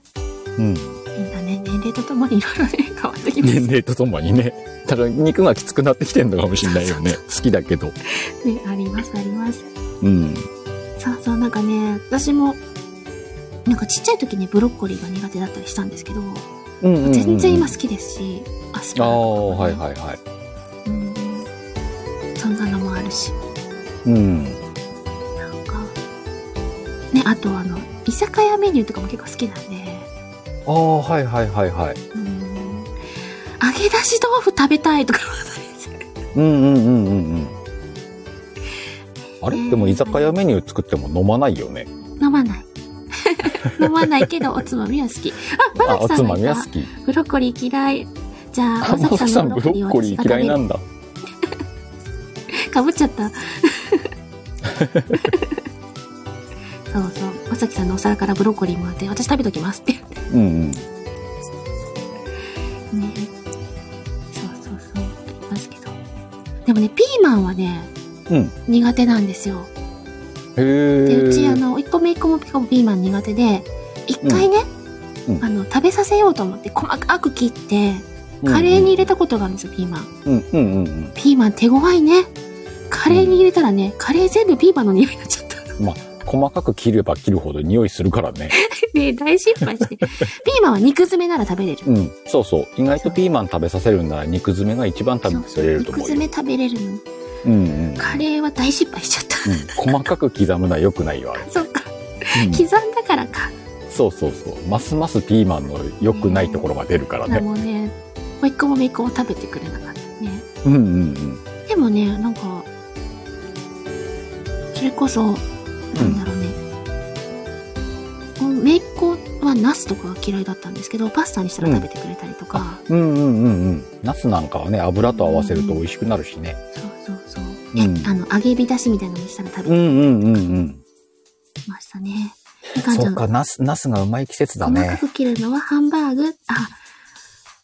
Speaker 2: うん。
Speaker 1: みんなね年齢とともにいろいろね変わってきます
Speaker 2: 年齢とともにね。ただ肉がきつくなってきてんのかもしれないよね。 好きだけど。
Speaker 1: ねありますあります
Speaker 2: うん。
Speaker 1: そうそうなんかね私もなんかちっちゃい時ねブロッコリーが苦手だったりしたんですけど、
Speaker 2: うんうんうんうん
Speaker 1: 全然今好きですしアスパ
Speaker 2: あ
Speaker 1: ラ
Speaker 2: あ、
Speaker 1: とかも
Speaker 2: は
Speaker 1: ね
Speaker 2: いはいはい。
Speaker 1: うんそんなのもあるし
Speaker 2: うん。
Speaker 1: なんかねあとあの居酒屋メニューとかも結構好きなんで
Speaker 2: ああ、はいはいはいはい。
Speaker 1: うん揚げ出し豆腐食べたい とか思ったりする
Speaker 2: うんうんうんうんうん。あれ
Speaker 1: うん
Speaker 2: でも居酒屋メニュー作っても飲まないよね。
Speaker 1: 飲まない 飲まないけど、おつまみは好き。あ、
Speaker 2: あ、
Speaker 1: ま
Speaker 2: お
Speaker 1: だ
Speaker 2: つ
Speaker 1: さんが
Speaker 2: ま
Speaker 1: い
Speaker 2: み
Speaker 1: た
Speaker 2: は好き。
Speaker 1: ブロッコリー嫌い。じゃあ、
Speaker 2: あ、
Speaker 1: 大
Speaker 2: ま
Speaker 1: 崎
Speaker 2: さ
Speaker 1: さ
Speaker 2: さ
Speaker 1: ん
Speaker 2: ん
Speaker 1: の
Speaker 2: ブロッコリー嫌いなんんだ。
Speaker 1: かぶっちゃ った。そうそう。大崎さんのお皿からブロッコリーもらって、私食べときますって。ね。
Speaker 2: うんうん。
Speaker 1: そうそうそう。ありますけど。でもね、ピーマンはね、
Speaker 2: うん
Speaker 1: 苦手なんですよ。
Speaker 2: へえ。
Speaker 1: で、うち、あの、1個目1個目ピーマン苦手で、一回ね、
Speaker 2: うんうん
Speaker 1: あの、食べさせようと思って、細かく切って、カレーに入れたことがあるんですよ、ピーマン。
Speaker 2: うんうんうんうん。
Speaker 1: ピーマン手強いね。カレーに入れたらね、カレー全部ピーマンの匂いになっ ちゃった。
Speaker 2: 細かく切れば切るほど匂いするからね。
Speaker 1: で、大失敗 して。ピーマンは肉詰めなら食べれる。
Speaker 2: うん。そうそう。意外とピーマン食べさせるんなら肉詰めが一番食べされると
Speaker 1: 肉
Speaker 2: 思う
Speaker 1: 詰
Speaker 2: よ。
Speaker 1: め食べれるの。
Speaker 2: うんうん。うん
Speaker 1: カレーは大失敗しちゃっ
Speaker 2: 細かく刻むのは良くないよ、あれ。
Speaker 1: た。そっか。
Speaker 2: うん
Speaker 1: 刻んだからか。
Speaker 2: そうそうそう。ますますピーマンの良くないところが出るから
Speaker 1: で
Speaker 2: ね。
Speaker 1: もね、もう一個もめい個も食べてくれなかったね。
Speaker 2: うんうんうん。
Speaker 1: でもね、なんか、それこそ、なんだろうね。めいっ子はナスとかが嫌いだったんですけど、パスタにしたら食べてくれたりとか。
Speaker 2: うんうんうんうん。ナスなんかはね、油と合わせると美味しくなるしね。
Speaker 1: そうそうそう。
Speaker 2: うん
Speaker 1: えあの、揚げ浸しみたいなのにしたら食
Speaker 2: う
Speaker 1: べて
Speaker 2: んうんうんうん。
Speaker 1: ましたね。みかんちゃ
Speaker 2: そ
Speaker 1: ん、
Speaker 2: うか、ナス、ナスがうまい季節だ
Speaker 1: 細か
Speaker 2: ね。
Speaker 1: く切るのはハンバーグ。あ、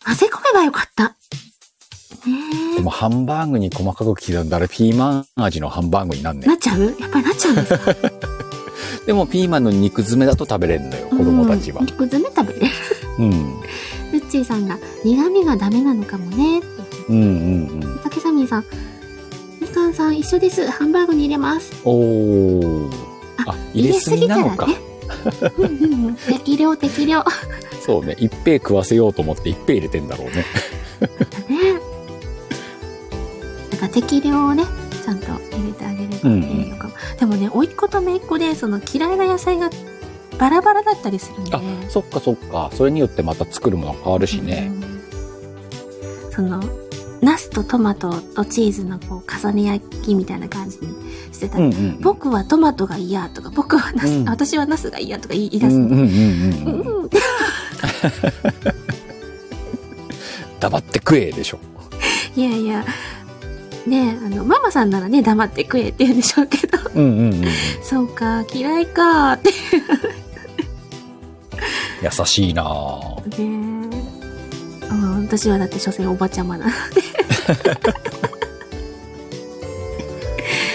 Speaker 1: 混ぜ込めばよかった。
Speaker 2: で
Speaker 1: ね
Speaker 2: もハンバーグに細かく刻んだらピーマン味のハンバーグになん
Speaker 1: え。
Speaker 2: ね
Speaker 1: なっちゃうやっぱりなっちゃうんですか
Speaker 2: でもピーマンの肉詰めだと食べれるのよ、 子供たちは
Speaker 1: うん。肉詰め食べれる。
Speaker 2: うん。
Speaker 1: うっちーさんが苦味がダメなのかもね。
Speaker 2: うんうんうん。
Speaker 1: 竹サミーさん。みかんさん一緒です。ハンバーグに入れます。
Speaker 2: おー。あ、入れすぎなのか
Speaker 1: 入。れすぎたら ね。うんうんうん。適量適量。だ
Speaker 2: そうね。一平食わせようと思って一平入れてんだろうね。
Speaker 1: ね。だから適量をね、ちゃんと入れてあげれば
Speaker 2: うん
Speaker 1: いいのかも。でもね、甥っ子と姪っ子で、その嫌いな野菜がバラバラだったりするんで。
Speaker 2: あ、そっかそっか。それによってまた作るもの変わるしね。
Speaker 1: うんそのナスとトマトとチーズのこう重ね焼きみたいな感じにしてた、
Speaker 2: うんうん。
Speaker 1: 僕はトマトが嫌とか僕はナス、
Speaker 2: うん
Speaker 1: 私はナスが嫌とか言い言い
Speaker 2: う
Speaker 1: 出
Speaker 2: ん
Speaker 1: す、
Speaker 2: うんうん
Speaker 1: う
Speaker 2: うん
Speaker 1: ん
Speaker 2: うん。
Speaker 1: うん
Speaker 2: 黙って食えでしょ。
Speaker 1: いやいやねえあのママさんならね黙って食えって言うんでしょうけど
Speaker 2: うんうんうんうん。
Speaker 1: そうか嫌いかって
Speaker 2: 優しいなぁ。
Speaker 1: ねうん私はだって所詮おばちゃまなの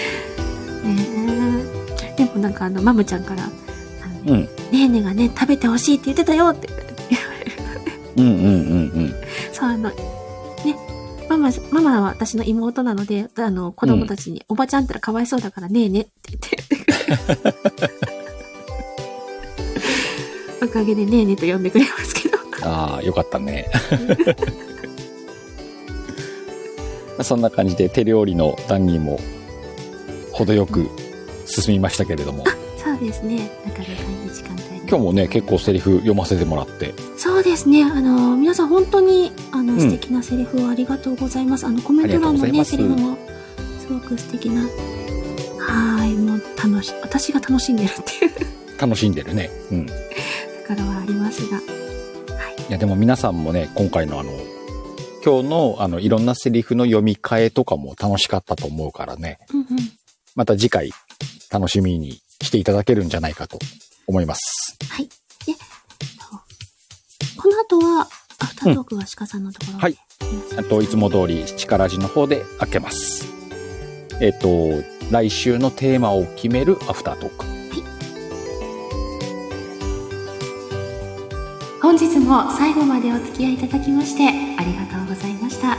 Speaker 1: でねえでもなんかあのマムちゃんから「あの
Speaker 2: うん
Speaker 1: ねねえねえがね食べてほしいって言ってたよ」って
Speaker 2: うんうんうん
Speaker 1: そうあのねママママは私の妹なのであの子供たちに、おばちゃんったらかわいそうだからねえね」って言って。 おかげでねえねえと呼んでくれますけど。
Speaker 2: うん。ああ、よかったね。 そんな感じで手料理の談義も程よく進みましたけれども、
Speaker 1: そうですね。なかなかいい時間帯に。
Speaker 2: 今日もね、結構セリフ読ませてもらって、
Speaker 1: そうですね。あの、皆さん本当に、あの、
Speaker 2: ん
Speaker 1: 素敵なセリフをありがとうございます。あの、コメント欄の
Speaker 2: ありが
Speaker 1: ね、セ
Speaker 2: とうございます
Speaker 1: リフも、すごく素敵な。はーい、もう楽し、私が楽しんでるっていう
Speaker 2: 楽しんでるね。うん。い
Speaker 1: ところはありますが。
Speaker 2: や、でも皆さんもね、今回のあの、今日のあの、いろんなセリフの読み替えとかも楽しかったと思うからね、
Speaker 1: うんうん。
Speaker 2: また次回楽しみにしていただけるんじゃないかと思います。
Speaker 1: この後は、アフタートークは鹿さんのところ、
Speaker 2: んはい。あと、いつも。通り、力地の方で開けます。えっ、と、来週のテーマを決めるアフタートーク。
Speaker 1: 本日も最後までお付き合いいただきまして、ありがとうございました。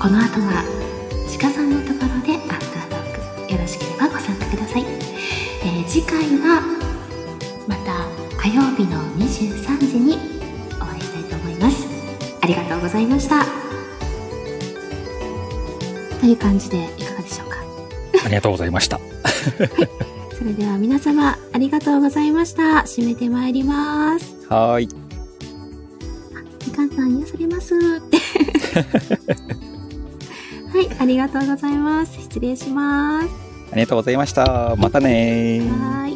Speaker 1: この後は、鹿さんのところでアフタートーク、よろしければご参加ください。えー次回はまた火曜日の23時にお会いしたいと思いますありがとうございましたという感じでいかがでしょうか
Speaker 2: ありがとうございました。
Speaker 1: それでは皆様ありがとうございました締めてまいります
Speaker 2: はーい。
Speaker 1: みかんさん癒されますってはいありがとうございます失礼します
Speaker 2: ありがとうございました。またねー。
Speaker 1: はーい